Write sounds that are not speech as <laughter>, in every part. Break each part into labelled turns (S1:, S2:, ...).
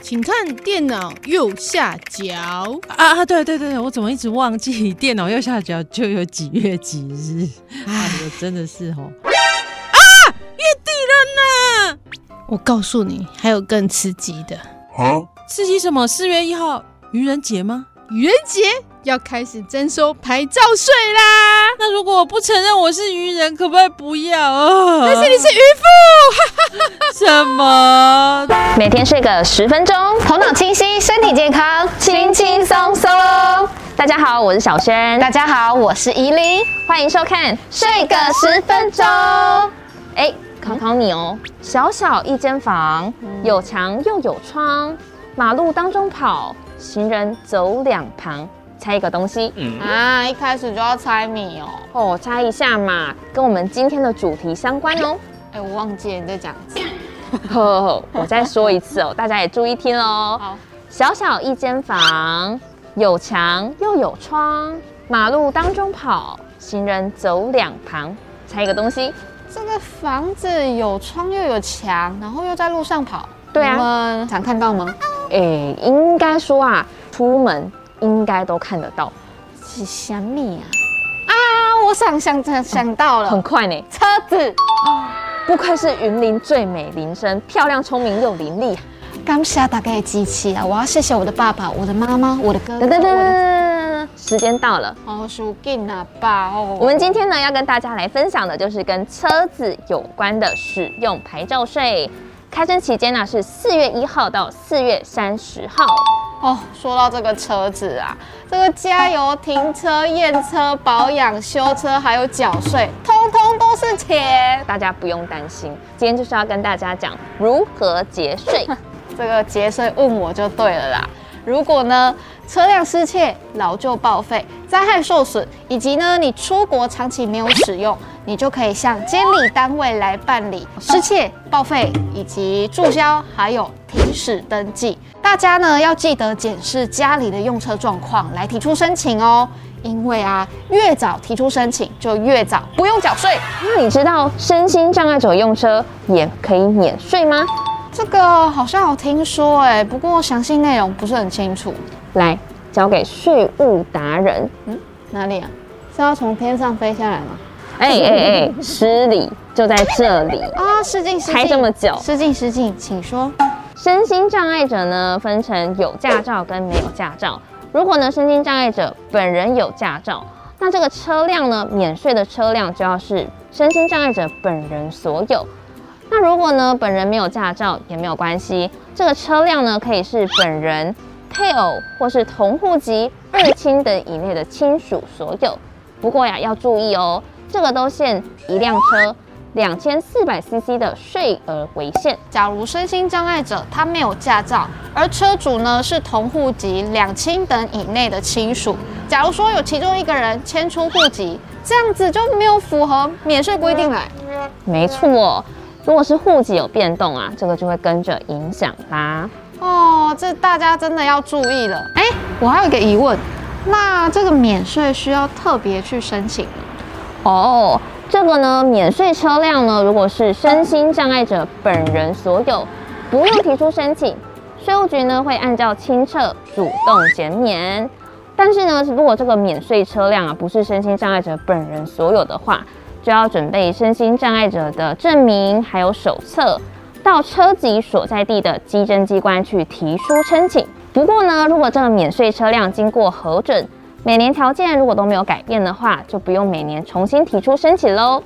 S1: 请看电脑右下角。
S2: 啊啊，对对对，我怎么一直忘记电脑右下角就有几月几日？哎
S1: 唉，
S2: 呦，真的是哦！啊，月底了呢！
S1: 我告诉你，还有更刺激的，
S2: 刺激什么？四月一号愚人节吗？
S1: 愚人节要开始征收牌照税啦！
S2: 那如果我不承认我是愚人，可不可以不要啊？
S1: 但是你是愚
S2: 什么？
S3: 每天睡个十分钟，头脑清晰，身体健康，轻轻松松。大家好，我是小轩。大家好，我是怡琳。欢迎收看《睡个十分钟》。哎，考考你哦，小小一间房，有墙又有窗，马路当中跑，行人走两旁，猜一个东西。
S4: 啊，一开始就要猜谜哦。
S3: 哦，猜一下嘛，跟我们今天的主题相关哦。
S4: 哎、我忘记了你在讲什么。
S3: 呵，我再说一次哦，大家也注意听哦。
S4: 好，
S3: 小小一间房，有墙又有窗，马路当中跑，行人走两旁。猜一个东西，
S4: 这个房子有窗又有墙，然后又在路上跑。
S3: 对啊
S4: 你们常看到吗？
S3: 诶，应该说啊，出门应该都看得到，
S4: 是虾米啊？啊，我想想想想到了，
S3: 很快呢。
S4: 车子。
S3: 不愧是云林最美铃声，漂亮、聪明又伶俐。
S4: 感谢大家的支持啊！我要谢谢我的爸爸、我的妈妈、我的哥哥。
S3: 噔噔
S4: 我
S3: 噔噔噔噔
S4: 的
S3: 噔，时间到了。
S4: 哦，输劲啊，爸哦！
S3: 我们今天呢要跟大家来分享的就是跟车子有关的使用牌照税。开征期间呢是四月一号到四月三十号。
S4: 哦，说到这个车子啊，这个加油、停车、验车、保养、修车，还有缴税，通通都是钱。
S3: 大家不用担心，今天就是要跟大家讲如何节税。
S4: 这个节税问我就对了啦。如果呢车辆失窃、老旧报废、灾害受损，以及呢你出国长期没有使用，你就可以向监理单位来办理失窃、报废以及注销，还有停驶登记。大家呢要记得检视家里的用车状况来提出申请哦，因为啊越早提出申请就越早不用缴税。
S3: 那你知道身心障碍者用车也可以免税吗？
S4: 这个好像有听说哎、不过详细内容不是很清楚。
S3: 来，交给税务达人。
S4: 哪里啊？是要从天上飞下来吗？
S3: 哎哎哎，失礼就在这里。
S4: 啊，失敬失敬，
S3: 开这么久
S4: 失敬失敬，请说。
S3: 身心障碍者呢，分成有驾照跟没有驾照。如果呢，身心障碍者本人有驾照，那这个车辆呢，免税的车辆就要是身心障碍者本人所有。那如果呢，本人没有驾照也没有关系，这个车辆呢，可以是本人、配偶或是同户籍二亲等以内的亲属所有。不过呀，要注意哦，这个都限一辆车两千四百 CC 的税额为限。
S4: 假如身心障碍者他没有驾照，而车主呢是同户籍两亲等以内的亲属，假如说有其中一个人迁出户籍，这样子就没有符合免税规定了。
S3: 没错、如果是户籍有变动啊，这个就会跟着影响啦。
S4: 哦，这大家真的要注意了。哎，我还有一个疑问，那这个免税需要特别去申请吗？
S3: 哦，这个呢，免税车辆呢，如果是身心障碍者本人所有，不用提出申请，税务局呢会按照清册主动减免。但是呢，如果这个免税车辆啊不是身心障碍者本人所有的话，就要准备身心障碍者的证明还有手册，到车籍所在地的稽征机关去提出申请。不过呢，如果这个免税车辆经过核准，每年条件如果都没有改变的话，就不用每年重新提出申请喽。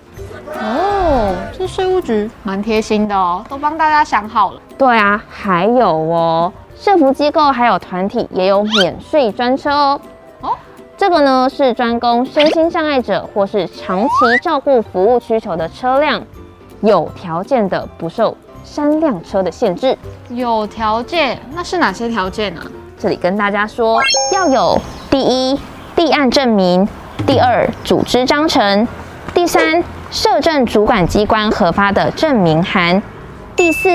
S4: 哦，这税务局蛮贴心的哦，都帮大家想好了。
S3: 对啊，还有哦，社服机构还有团体也有免税专车哦。
S4: 哦
S3: 这个呢是专供身心障碍者或是长期照顾服务需求的车辆，有条件的不受三辆车的限制。
S4: 有条件，那是哪些条件呢、啊？
S3: 这里跟大家说，要有第一立案证明，第二组织章程，第三社政主管机关核发的证明函，第四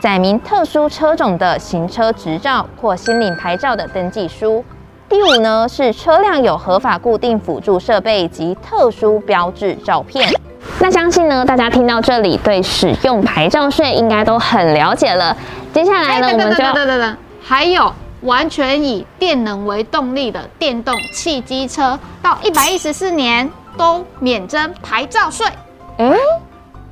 S3: 载明特殊车种的行车执照或新领牌照的登记书。第五呢是车辆有合法固定辅助设备及特殊标志照片。那相信呢，大家听到这里对使用牌照税应该都很了解了。接下来呢，我们就
S4: 哎等等等等，还有完全以电能为动力的电动汽机车，到一百一十四年都免征牌照税。
S3: 哎，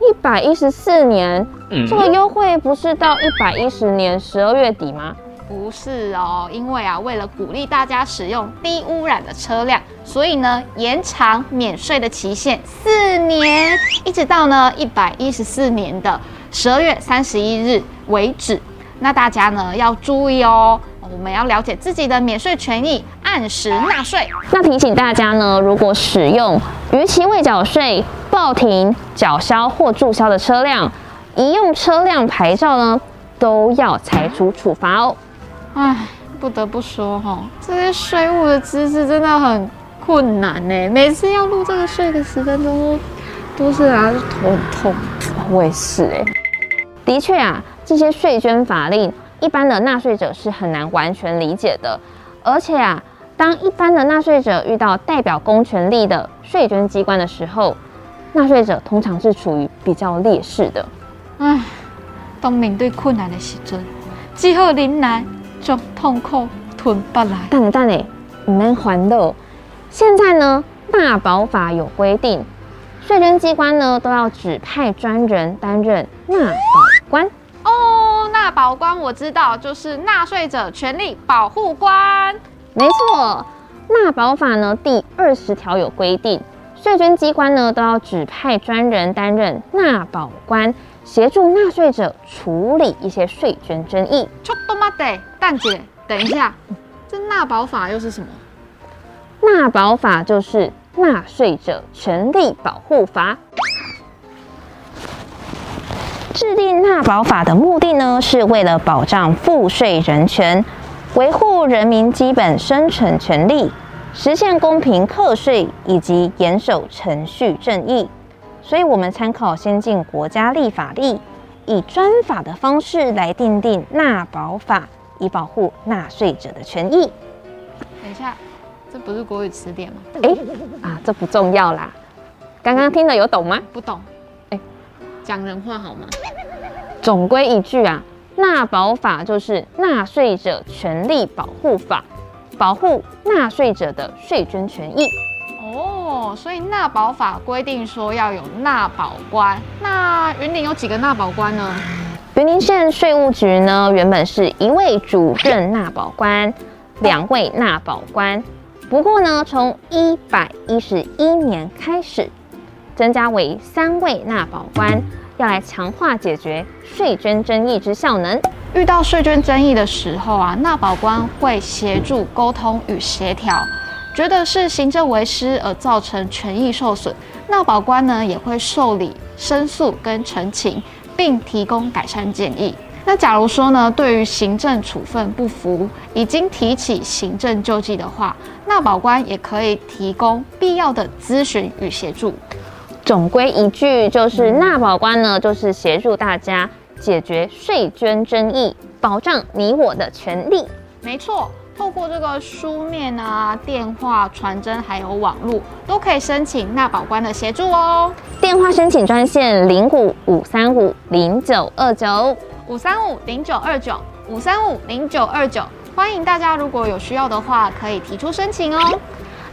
S3: 一百一十四年，
S5: 嗯
S3: 这个优惠不是到一百一十年十二月底吗？
S4: 不是哦，因为啊，为了鼓励大家使用低污染的车辆，所以呢，延长免税的期限四年，一直到呢一百一十四年的十二月三十一日为止。那大家呢要注意哦，我们要了解自己的免税权益，按时纳税。
S3: 那提醒大家呢，如果使用逾期未缴税、报停、缴销或注销的车辆，一用车辆牌照呢，都要裁处处罚哦。
S4: 唉，不得不说哈、这些税务的知识真的很困难呢。每次要录这个税的十分钟都，都是啊头很痛。
S3: 我也是哎、的确啊，这些税捐法令，一般的纳税者是很难完全理解的。而且啊，当一般的纳税者遇到代表公权力的税捐机关的时候，纳税者通常是处于比较劣势的。
S4: 唉，当面对困难的时阵，只好忍耐，将痛苦吞不来。
S3: 蛋蛋嘞，你们还乐。现在呢，纳保法有规定，税捐机关呢都要指派专人担任纳保官。
S4: 哦，纳保官我知道，就是纳税者权利保护官。
S3: 没错，纳保法呢第二十条有规定，税捐机关呢都要指派专人担任纳保官，协助纳税者处理一些税捐争议。
S4: ちょっと待って，蛋姐，等一下，这纳保法又是什么？
S3: 纳保法就是纳税者权利保护法。制定纳保法的目的呢，是为了保障赋税人权，维护人民基本生存权利，实现公平课税以及严守程序正义。所以，我们参考先进国家立法例，以专法的方式来订定纳保法，以保护纳税者的权益。
S4: 等一下，这不是国语词典吗？
S3: 啊，这不重要啦。刚刚听的有懂吗？
S4: 不懂。
S3: 哎
S4: 讲人话好吗？
S3: 总归一句啊，纳保法就是纳税者权利保护法，保护纳税者的税捐权益。
S4: 哦，所以纳保法规定说要有纳保官。那云林有几个纳保官呢？
S3: 云林县税务局呢，原本是一位主任纳保官，两位纳保官。不过呢，从一百一十一年开始，增加为三位纳保官，要来强化解决税捐争议之效能。
S4: 遇到税捐争议的时候啊，纳保官会协助沟通与协调。觉得是行政为师而造成权益受损，纳保官呢也会受理申诉跟陈情，并提供改善建议。那假如说呢，对于行政处分不服，已经提起行政救济的话，纳保官也可以提供必要的咨询与协助。
S3: 总归一句，就是纳保官呢，就是协助大家解决税捐争议，保障你我的权利。
S4: 没错，透过这个书面啊、电话、传真还有网络，都可以申请纳保官的协助哦。
S3: 电话申请专线零五五三五零九二九。
S4: 五三五零九二九，五三五零九二九，欢迎大家如果有需要的话，可以提出申请哦。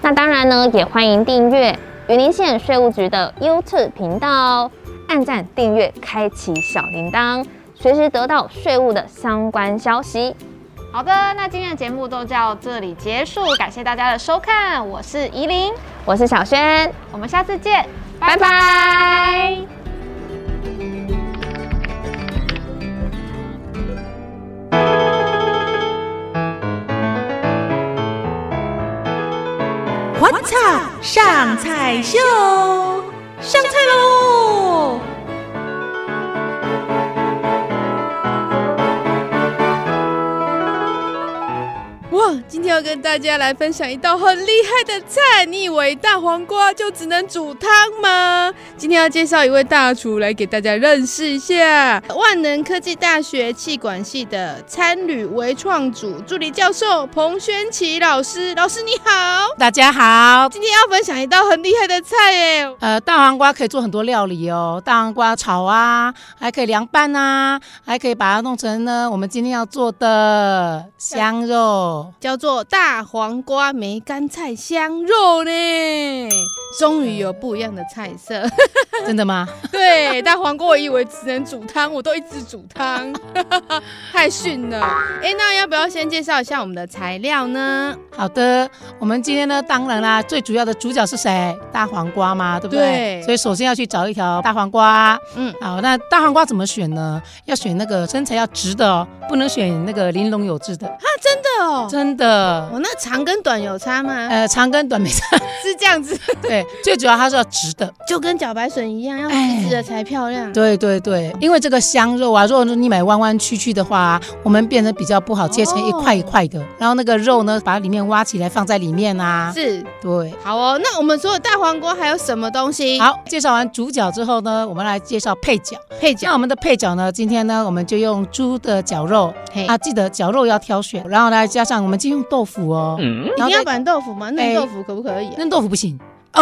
S3: 那当然呢，也欢迎订阅云林县税务局的 YouTube 频道哦，按赞、订阅、开启小铃铛，随时得到税务的相关消息。
S4: 好的，那今天的节目就到这里结束，感谢大家的收看，我是怡琳，
S3: 我是小轩，
S4: 我们下次见，
S3: 拜拜
S6: 我操！上菜秀，上菜喽！
S5: 要跟大家来分享一道很厉害的菜。你以为大黄瓜就只能煮汤吗？今天要介绍一位大厨来给大家认识一下，万能科技大学气管系的参旅微创组助理教授彭轩琪老师。老师你好，
S7: 大家好，
S5: 今天要分享一道很厉害的菜耶。
S7: 呃，大黄瓜可以做很多料理哦，大黄瓜炒啊，还可以凉拌啊，还可以把它弄成呢我们今天要做的香肉。
S5: 叫做大黄瓜梅干菜香肉呢，终于有不一样的菜色。
S7: 真的吗？ <laughs>
S5: <laughs> 对，大黄瓜我以为只能煮汤，我都一直煮汤， <laughs> 太逊了。哎，那要不要先介绍一下我们的材料呢？
S7: 好的，我们今天呢，当然啦，最主要的主角是谁？大黄瓜嘛，对不对？
S5: 对
S7: 所以首先要去找一条大黄瓜。
S5: 嗯，
S7: 好，那大黄瓜怎么选呢？要选那个身材要直的哦，不能选那个玲珑有致的，
S5: 真的哦，
S7: 真的。
S5: 哦，那长跟短有差吗？
S7: 呃，长跟短没差，
S5: 是这样子， <laughs>
S7: 对，最主要它是要直的。
S5: 就跟茭白笋一样，要
S7: 哎
S5: 直直的才漂亮。
S7: 对对对，因为这个香肉啊，如果说你买弯弯曲曲的话，我们变得比较不好切成一块一块的。然后那个肉呢，把它里面挖起来放在里面啊。
S5: 是，
S7: 对。
S5: 好哦。那我们所有大黄瓜还有什么东西？，
S7: 好，介绍完主角之后呢，我们来介绍配角。
S5: 配
S7: 那
S5: 角
S7: 我。们的配角呢，今天呢，我们就用猪的绞肉
S5: 嘿
S7: 啊，记得绞肉要挑选，然后呢，加上我们今天用豆腐哦，
S5: 一
S7: 然
S5: 定
S7: 后
S5: 要
S7: 再
S5: 板豆腐吗？嫩
S7: 哎
S5: 豆腐可不可以啊、
S7: 嫩豆腐不行，
S5: 哦，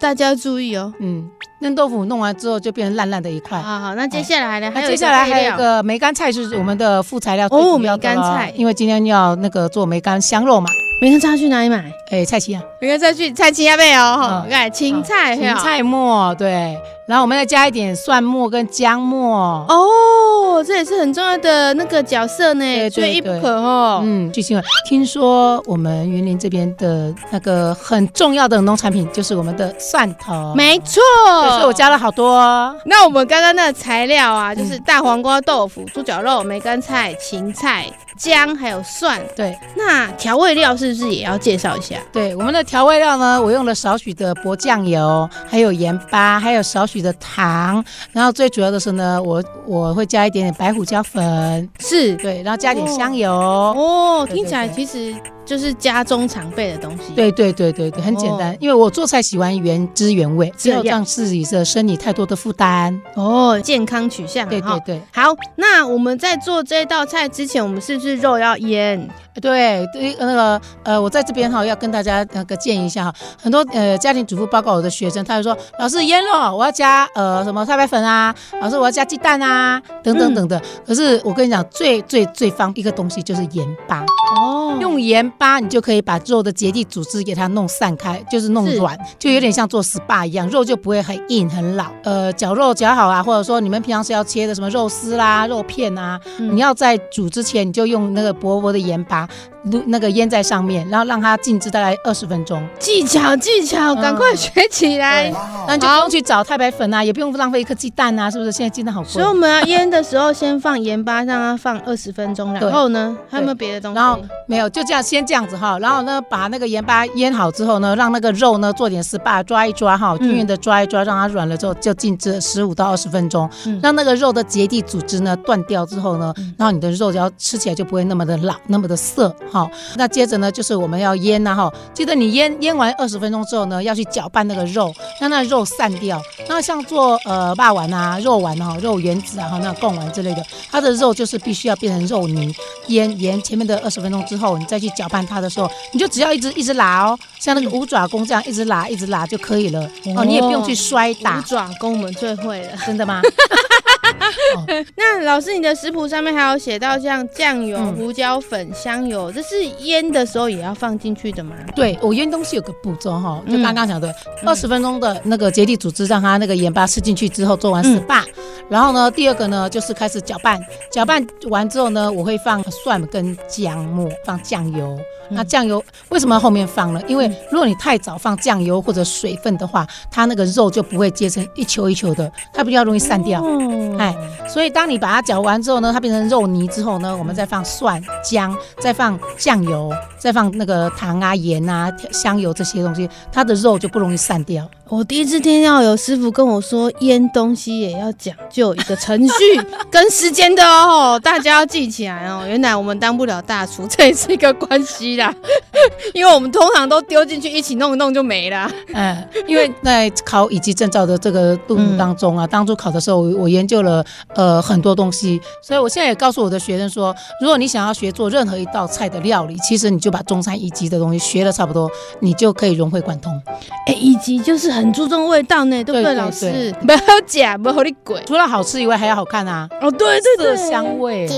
S5: 大家要注意哦。
S7: 嗯，嫩豆腐弄完之后就变成烂烂的一块。
S5: 好好，哎那接下来呢？啊还
S7: 那
S5: 有
S7: 接下来
S5: 一
S7: 还有
S5: 配
S7: 一
S5: 料
S7: 个梅干菜是我们的副材料
S5: 哦
S7: 最主要的
S5: 梅干
S7: 了
S5: 菜
S7: 因为今天要那个做梅干香肉嘛，
S5: 梅干菜要去哪里买？
S7: 哎，菜心啊，
S5: 梅干菜去菜青阿贝哦，
S7: 嗯
S5: 看芹菜，
S7: 芹菜末，对，然后我们再加一点蒜末跟姜末，
S5: 哦，这也是很重要的那个角色呢，
S7: 对对
S5: 缺一不
S7: 对
S5: 可哦。
S7: 嗯，最新闻，听说我们云林这边的那个很重要的农产品就是我们的蒜头，
S5: 没错，
S7: 对所以我嗯加了好多哦。
S5: 那我们刚刚那个材料啊，就是大黄瓜、豆腐、猪脚肉、梅干菜、芹菜、姜，还有蒜。
S7: 对
S5: 那调味料是不是也要介绍一下？
S7: 对，我们的调味料呢，我用了少许的薄酱油，还有盐巴，还有少许的糖，然后最主要的是呢，我我会加一点点白胡椒粉，
S5: 是
S7: 对，然后加点
S5: 哦
S7: 香油，
S5: 哦，
S7: 对
S5: 听起来
S7: 对
S5: 其实就是家中常备的东西。，
S7: 对对对对对，很简单，
S5: 哦
S7: 因为我做菜喜欢原汁原味，只有
S5: 这样
S7: 让自己的身体太多的负担。
S5: 哦，健康取向啊
S7: 对对
S5: 哈。
S7: 对
S5: 好，那我们在做这道菜之前，我们是不是肉要腌？
S7: 对对，那个呃，我在这边哈要跟大家那个建议一下哈，很多呃家庭主妇报告我的学生，他就说老师腌肉我要加呃什么太白粉啊，老师我要加鸡蛋啊等
S5: 嗯
S7: 等等的。可是我跟你讲，最最最方一个东西就是盐巴，
S5: 哦，
S7: 用盐巴你就可以把肉的结缔组织给它弄散开，就是弄
S5: 是嗯
S7: 软，就有点像做 SPA 一样，肉就不会很硬很老。呃，绞肉绞好啊，或者说你们平常是要切的什么肉丝啦、肉片啊，
S5: 嗯
S7: 你要在煮之前你就用那个薄薄的盐巴，撸那个腌在上面，然后让它静置大概二十分钟。
S5: 技巧技巧，赶快学起来
S7: 对。，那你就不用去找太白粉啊，也不用浪费一颗鸡蛋啊，是不是？现在鸡蛋好
S5: 所
S7: 贵
S5: 以。我们要腌的时候，先放盐巴，让它放二十分钟。然
S7: 对
S5: 后呢，还有没有别的东西？
S7: 然后没有，就这样先这样子哈，然后呢，把那个盐巴腌好之后呢，让那个肉呢做点 SPA 抓一抓哈，
S5: 嗯
S7: 均匀的抓一抓，让它软了之后就静置十五到二十分钟，
S5: 嗯
S7: 让那个肉的结缔组织呢断掉之后呢，然后你的肉只要吃起来就不会那么的老，那么的涩哈。那接着呢，就是我们要腌呐、哈，记得你腌腌完二十分钟之后呢，要去搅拌那个肉，让那肉散掉。那像做呃霸丸啊、肉丸啊、肉圆子啊、哈那贡丸之类的，它的肉就是必须要变成肉泥，腌腌前面的二十分钟之后，你再去搅拌它的时候，你就只要一直一直拉哦，像那个五爪功这样一直拉一直拉就可以了哦，你也不用去摔
S5: 五
S7: 打，
S5: 爪功我们最会了。
S7: 真的吗？
S5: 那老师，你的食谱上面还有写到像酱油、
S7: 嗯
S5: 胡椒粉、香油，这是腌的时候也要放进去的吗？
S7: 对我腌东西有个步骤哈，就
S5: 嗯
S7: 刚刚讲的，二十分钟的那个结缔组织，让它那个盐巴吃进去之后做完
S5: 嗯
S7: SPA，、然后呢，第二个呢就是开始搅拌，搅拌完之后呢，我会放蒜跟姜末，放酱油。
S5: 嗯
S7: 那酱油为什么后面放呢？因为如果你太早放酱油或者水分的话，它那个肉就不会结成一球一球的，它比较容易散掉。
S5: 哦嗯
S7: 哎，所以当你把它搅完之后呢，它变成肉泥之后
S5: 嗯
S7: 呢，我们再放蒜、姜，再放酱油，再放那个糖啊、盐啊、香油这些东西，它的肉就不容易散掉。
S5: 我第一次听到有师傅跟我说，腌东西也要讲究一个程序 <laughs> 跟时间的哦，大家要记起来哦。原来我们当不了大厨，这也是一个关系啦， <laughs> 因为我们通常都丢进去一起弄一弄就没 <laughs> 啦。
S7: 嗯，因为在考乙级证照的这个路途当中
S5: 嗯
S7: 啊，当初考的时候，我我研究了呃很多东西，所以我现在也告诉我的学生说，如果你想要学做任何一道菜的料理，其实你就把中餐乙级的东西学的差不多，你就可以融会贯通。
S5: 哎、以及就是很注重味道呢，对不
S7: 对
S5: 对，
S7: 对
S5: 老师
S7: 对？
S5: 不要假，不要你鬼。
S7: 除了好吃以外，还要好看啊，
S5: 哦，对对
S7: 色
S5: 对，
S7: 香味。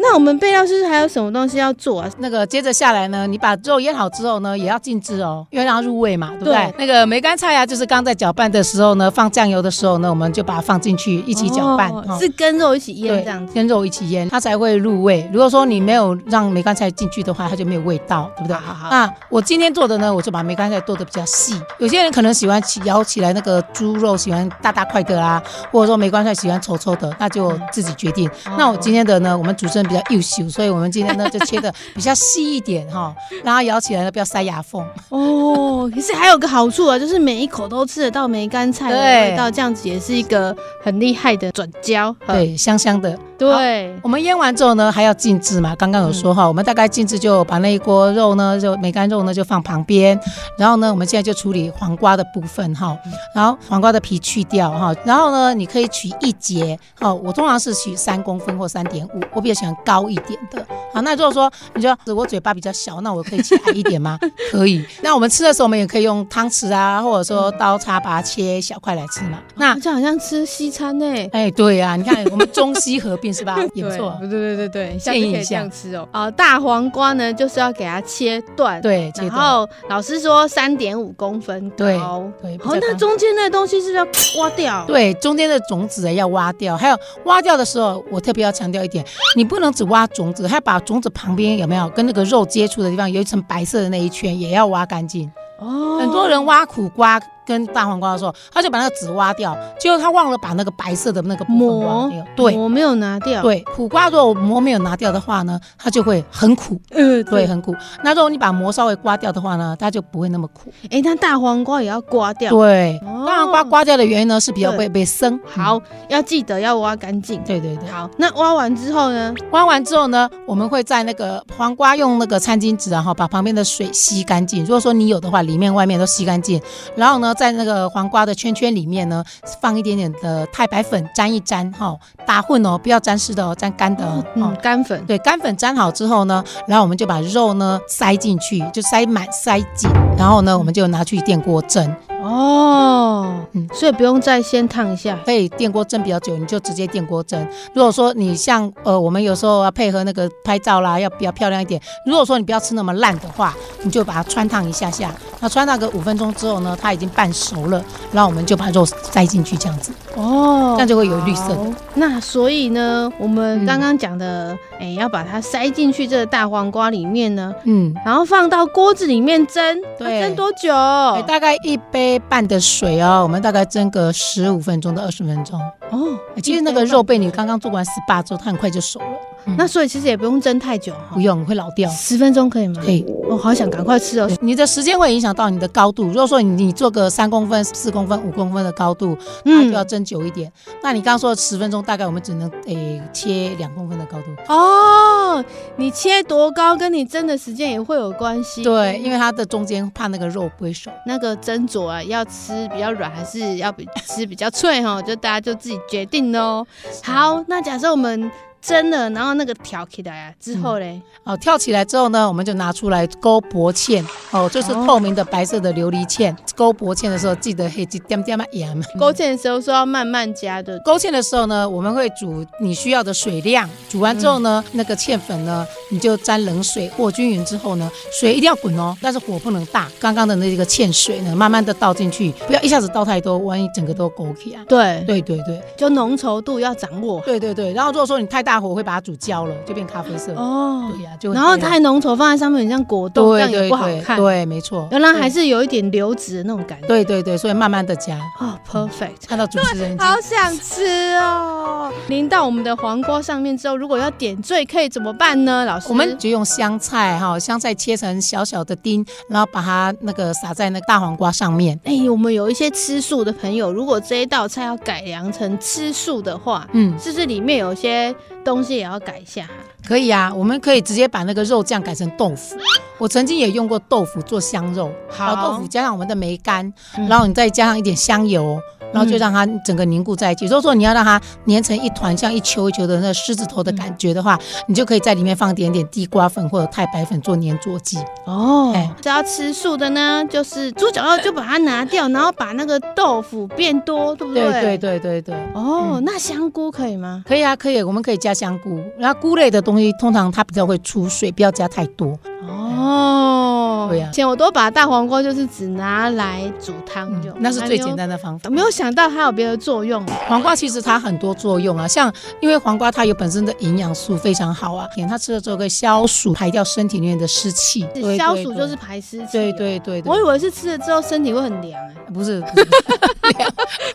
S5: 那我们备料师还有什么东西要做啊？
S7: 那个接着下来呢，你把肉腌好之后呢，也要静置哦，因为让它入味嘛，对不对？
S5: 对
S7: 那个梅干菜呀、啊就是刚在搅拌的时候呢，放酱油的时候呢，我们就把它放进去一
S5: 一
S7: 起搅拌，哦
S5: 是跟肉一起腌
S7: 对
S5: 这样子。
S7: 跟肉一起腌，它才会入味。如果说你没有让梅干菜进去的话，它就没有味道，对不对？
S5: 好好
S7: 那我今天做的呢，我就把梅干菜剁得比较细。有些人可能喜欢起咬起来那个猪肉，喜欢大大块的啊，或者说梅干菜喜欢稠稠的，那就自己决定。
S5: 哦
S7: 那我今天的呢，我们主持人比较优秀，所以我们今天呢就切的比较细一点哈、
S5: <laughs>
S7: 让它咬起来呢不要塞牙缝。
S5: 哦，可是还有个好处啊，就是每一口都吃得到梅干菜的
S7: 对
S5: 味道，这样子也是一个很厉害的转交。
S7: 对，香香的。
S5: 对，哦
S7: 我们腌完之后呢，还要静置嘛。刚刚有说哈，我们大概静置就把那一锅肉呢，就梅干肉呢就放旁边。然后呢，我们现在就处理黄瓜的部分哈，然后黄瓜的皮去掉哈，然后呢，你可以取一节哦。我通常是取三公分或三点五，我比较喜欢高一点的。好，那如果说你说我嘴巴比较小，那我可以切矮一点吗？可以。那我们吃的时候，我们也可以用汤匙啊，或者说刀叉把它切小块来吃嘛。那
S5: 这好像吃西餐呢、
S7: 哎，对呀、你看我们中西合并是吧？也不错。
S5: 对对对对对，下次
S7: 建议
S5: 可以
S7: 一
S5: 这
S7: 下
S5: 样吃哦。啊、大黄瓜呢，就是要给它切断，，
S7: 对，切
S5: 然
S7: 断
S5: 后老师说三点五公分高，
S7: 对
S5: 哦，
S7: 对，比较
S5: 那
S7: 刚
S5: 中间那东西是不是要挖掉？，
S7: 对中间的种子啊要挖掉，还有挖掉的时候，我特别要强调一点，你不能只挖种子，还要把种子旁边有没有跟那个肉接触的地方有一层白色的那一圈也要挖干净。
S5: 哦
S7: 很多人挖苦瓜跟大黄瓜的时候，他就把那个籽挖掉，结果他忘了把那个白色的那个部分
S5: 膜
S7: 挖掉。对。
S5: 我没有拿掉，，
S7: 对，苦瓜如果膜没有拿掉的话呢，它就会很苦，
S5: 呃，
S7: 对，。很苦。那如果你把膜稍微刮掉的话呢，它就不会那么苦。
S5: 哎，那大黄瓜也要刮掉，
S7: 对，
S5: 哦
S7: 当然刮刮掉的原因呢是比较
S5: 对
S7: 被被生。嗯
S5: 好，要记得要挖干净。
S7: 对对对，
S5: 好，那挖完之后呢？
S7: 挖完之后呢，我们会在那个黄瓜用那个餐巾纸啊，哈，把旁边的水吸干净。如果说你有的话，里面外面都吸干净。然后呢，在那个黄瓜的圈圈里面呢，放一点点的太白粉沾一沾，哈、打混哦，不要沾湿的哦，沾干的哦。
S5: 嗯
S7: 哦，
S5: 干粉。
S7: 对，干粉沾好之后呢，然后我们就把肉呢塞进去，就塞满塞紧，然后呢，我们就拿去电锅蒸。
S5: 哦，
S7: 嗯
S5: 所以不用再先烫一下。
S7: 可以电锅蒸比较久，你就直接电锅蒸。如果说你像呃，我们有时候啊配合那个拍照啦，要比较漂亮一点。如果说你不要吃那么烂的话，你就把它穿烫一下下。那穿烫个五分钟之后呢，它已经半熟了，然后我们就把肉塞进去，这样子，
S5: 哦
S7: 这样就会有绿色的。
S5: 那所以呢，我们
S7: 嗯
S5: 刚刚讲的，哎、要把它塞进去这个大黄瓜里面呢，
S7: 嗯，
S5: 然后放到锅子里面蒸。啊
S7: 对
S5: 要蒸多久？
S7: 对嗯大概一杯半的水哦，我们大概蒸个十五分钟到二十分钟。哎
S5: 哦，
S7: 其实那个肉被你刚刚做完 SPA 之后，它很快就熟了，嗯
S5: 那所以其实也不用蒸太久哈
S7: 不，用会老掉。
S5: 十分钟可以吗？
S7: 可以。
S5: 我、好想赶快吃哦。
S7: 你的时间会影响到你的高度。如果说你你做个三公分、四公分、五公分的高度，那
S5: 嗯
S7: 就要蒸久一点。那你刚刚说十分钟，大概我们只能诶、切两公分的高度。
S5: 哦，你切多高跟你蒸的时间也会有关系。
S7: 对，因为它的中间怕那个肉不会熟。
S5: 那个斟酌啊，要吃比较软还是要比吃比较脆哈， <laughs> 就大家就自己决定喽。好，那假设我们蒸了，然后那个挑起来啊之后嘞，
S7: 哦，跳起来之后呢，我们就拿出来勾薄芡，哦，就是透明的白色的琉璃芡。勾薄芡的时候，记得嘿，一点点嘛盐。
S5: 勾
S7: <laughs>
S5: 芡的时候说要慢慢加的，
S7: 勾芡的时候呢，我们会煮你需要的水量，煮完之后呢，那个芡粉呢，你就沾冷水和均匀之后呢，水一定要滚哦，但是火不能大。刚刚的那个芡水呢，慢慢的倒进去，不要一下子倒太多，万一整个都勾起啊。
S5: 对，
S7: 对对对
S5: 就浓稠度要掌握
S7: 对对对，然后如果说你太大火，会把它煮焦了，就变咖啡色。
S5: 哦。
S7: 对呀、就会
S5: 然后
S7: 这样
S5: 太浓稠放在上面，很像果冻，这
S7: 对
S5: 样也
S7: 对
S5: 不好
S7: 对
S5: 看。
S7: 对，没错。
S5: 原来还是有一点流质的那种感觉。
S7: 对对对，所以慢慢的加。
S5: 哦，perfect。
S7: 看到主持人已经
S5: 好想吃哦！淋到我们的黄瓜上面之后，如果要点缀，可以怎么办呢？老师，
S7: 我们就用香菜哈，香菜切成小小的丁，然后把它那个撒在那个大黄瓜上面。
S5: 哎、我们有一些吃素的朋友，如果这一道菜要改良成吃素的话，
S7: 嗯，
S5: 是不是里面有些东西也要改一下？
S7: 可以啊，我们可以直接把那个肉酱改成豆腐。我曾经也用过豆腐做香肉，
S2: 好
S7: 豆腐加上我们的梅干，
S2: 嗯
S7: 然后你再加上一点香油，然后就让它整个凝固在一起。如果说你要让它粘成一团，像一球一球的那狮子头的感觉的话，你就可以在里面放点点地瓜粉或者太白粉做粘着剂。
S2: 哦
S7: 哎
S5: 只要吃素的呢，就是猪脚肉就把它拿掉，然后把那个豆腐变多，对不
S7: 对
S5: 对？
S7: 对嗯对对对。
S5: 哦，那香菇可以吗？
S7: 可以啊，可以，我们可以加香菇。然后菇类的东西，通常它比较会出水，不要加太多。
S5: 哦，
S7: 哎对啊
S5: 以前我都把大黄瓜就是只拿来煮汤
S7: 嗯
S5: 用，
S7: 那是最简
S5: 的。
S7: 单的方法。
S5: 没有想到还有别的作用，
S7: 黄瓜其实它很多作用啊，像因为黄瓜它有本身的营养素非常好啊，它吃了之后可以消暑，排掉身体里面的湿气。对
S5: 消暑就是。排湿气。
S7: 对对对对
S5: 我以
S7: 对，
S5: 为是吃了之后身体会很凉、哎
S7: 不是，不是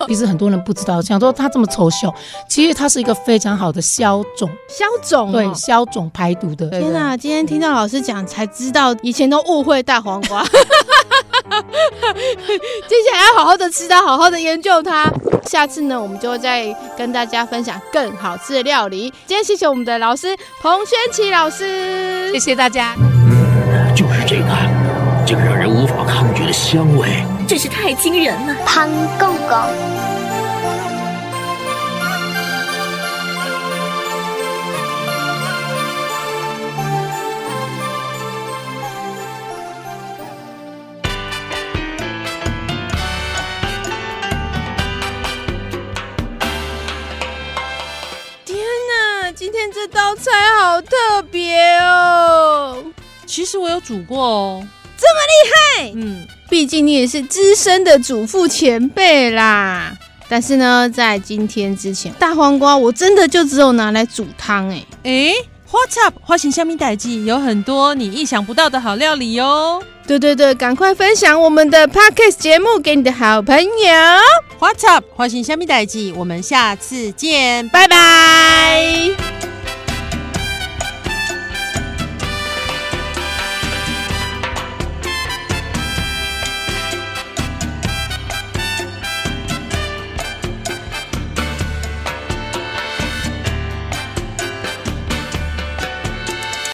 S7: 其实很多人不知道，想说它这么丑小，其实它是一个非常好的消肿，
S5: 消肿、哦。
S7: 对，消肿排毒的。
S5: 天哪、今天听到老师讲才知道，以前都误会大黄瓜。 <laughs> 接下来要好好的吃它，好好的研究它。下次呢，我们就会再跟大家分享更好吃的料理。今天谢谢我们的老师彭轩琪老师，
S7: 谢谢大家。
S8: 就是这个，这个让人无法抗拒的香味。
S9: 真是太惊人了。
S3: 汤公公。
S5: 天哪，今天这道菜好特别哦！
S2: 其实我有煮过哦，这么厉害，嗯，
S5: 毕竟你也是资深的主妇前辈啦。但是呢，在今天之前，大黄瓜我真的就只有拿来煮汤哎、
S2: 诶，花叉花型虾米代记有很多你意想不到的好料理哟、哦。
S5: 对对对，赶快分享我们的 podcast 节目给你的好朋友，
S2: 花叉花型虾米代记，我们下次见，拜
S5: 拜拜。